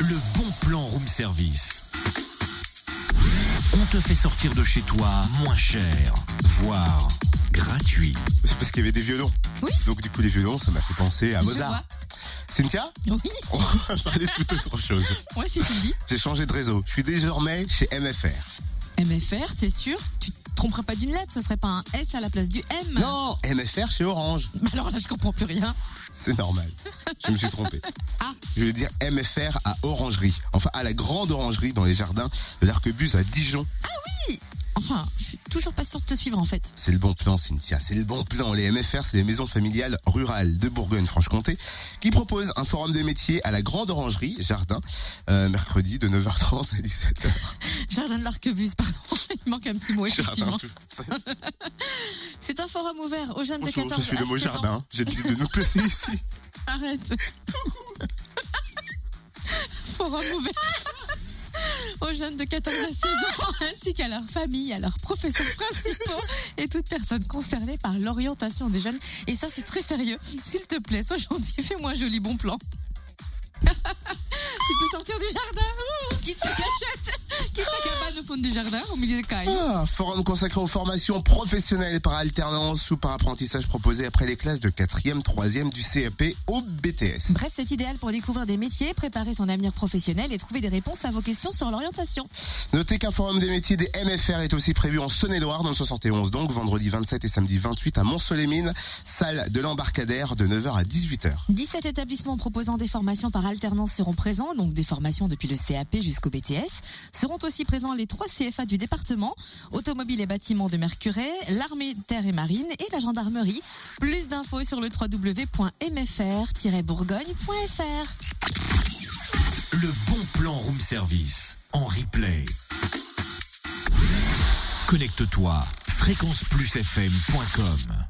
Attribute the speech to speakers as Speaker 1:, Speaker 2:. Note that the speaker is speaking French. Speaker 1: le bon plan room service. On te fait sortir de chez toi moins cher, voire gratuit.
Speaker 2: C'est parce qu'il y avait des violons.
Speaker 3: Oui.
Speaker 2: Donc du coup les violons, ça m'a fait penser à
Speaker 3: Je
Speaker 2: Mozart. Cynthia,
Speaker 3: vois. Oui,
Speaker 2: on va parler de toute autre chose.
Speaker 3: ouais, si tu le dis.
Speaker 2: J'ai changé de réseau. Je suis désormais chez MFR.
Speaker 3: MFR, t'es sûr Tu te tromperais pas d'une lettre, ce serait pas un S à la place du M
Speaker 2: Non, MFR chez Orange.
Speaker 3: Mais alors là, je comprends plus rien.
Speaker 2: C'est normal. Je me suis trompé.
Speaker 3: Ah.
Speaker 2: Je vais dire MFR à Orangerie. Enfin, à la grande orangerie dans les jardins de l'Arquebuse à Dijon.
Speaker 3: Enfin, je suis toujours pas sûre de te suivre en fait.
Speaker 2: C'est le bon plan, Cynthia. C'est le bon plan. Les MFR, c'est les maisons familiales rurales de Bourgogne-Franche-Comté qui proposent un forum des métiers à la Grande Orangerie, jardin, euh, mercredi de 9h30 à 17h.
Speaker 3: Jardin de l'Arquebuse, pardon. Il manque un petit mot, effectivement.
Speaker 2: Ah,
Speaker 3: C'est un forum ouvert aux jeunes de
Speaker 2: Bonjour,
Speaker 3: 14
Speaker 2: je suis
Speaker 3: à
Speaker 2: le mot
Speaker 3: 16 ans.
Speaker 2: jardin. J'ai dit de nous placer ici.
Speaker 3: Arrête. Forum ouvert aux jeunes de 14 à 16 ans, ainsi qu'à leurs familles, à leurs professeurs principaux et toute personne concernée par l'orientation des jeunes. Et ça, c'est très sérieux. S'il te plaît, sois gentil, fais-moi un joli bon plan. tu peux sortir du jardin, ouh, quitte ta cachette, quitte ta cabane au fond du jardin, au milieu de cailles.
Speaker 2: Ah, forum consacré aux formations professionnelles par alternance ou par apprentissage proposées après les classes de 4e, 3e du CAP au BTS.
Speaker 3: Bref, c'est idéal pour découvrir des métiers, préparer son avenir professionnel et trouver des réponses à vos questions sur l'orientation.
Speaker 2: Notez qu'un forum des métiers des MFR est aussi prévu en Saône-et-Loire dans le 71, donc vendredi 27 et samedi 28 à Mont-Solémine, salle de l'embarcadère de 9h à 18h.
Speaker 3: 17 établissements proposant des formations par alternance seront présents, donc des formations depuis le CAP jusqu'au BTS. Seront aussi présents les trois CFA du département, automobile et bâtiments de Mercuray, l'armée de terre et marine et la gendarmerie. Plus d'infos sur le www.mfr-bourgogne.fr.
Speaker 1: Le bon plan room service en replay. Connecte-toi fréquenceplusfm.com.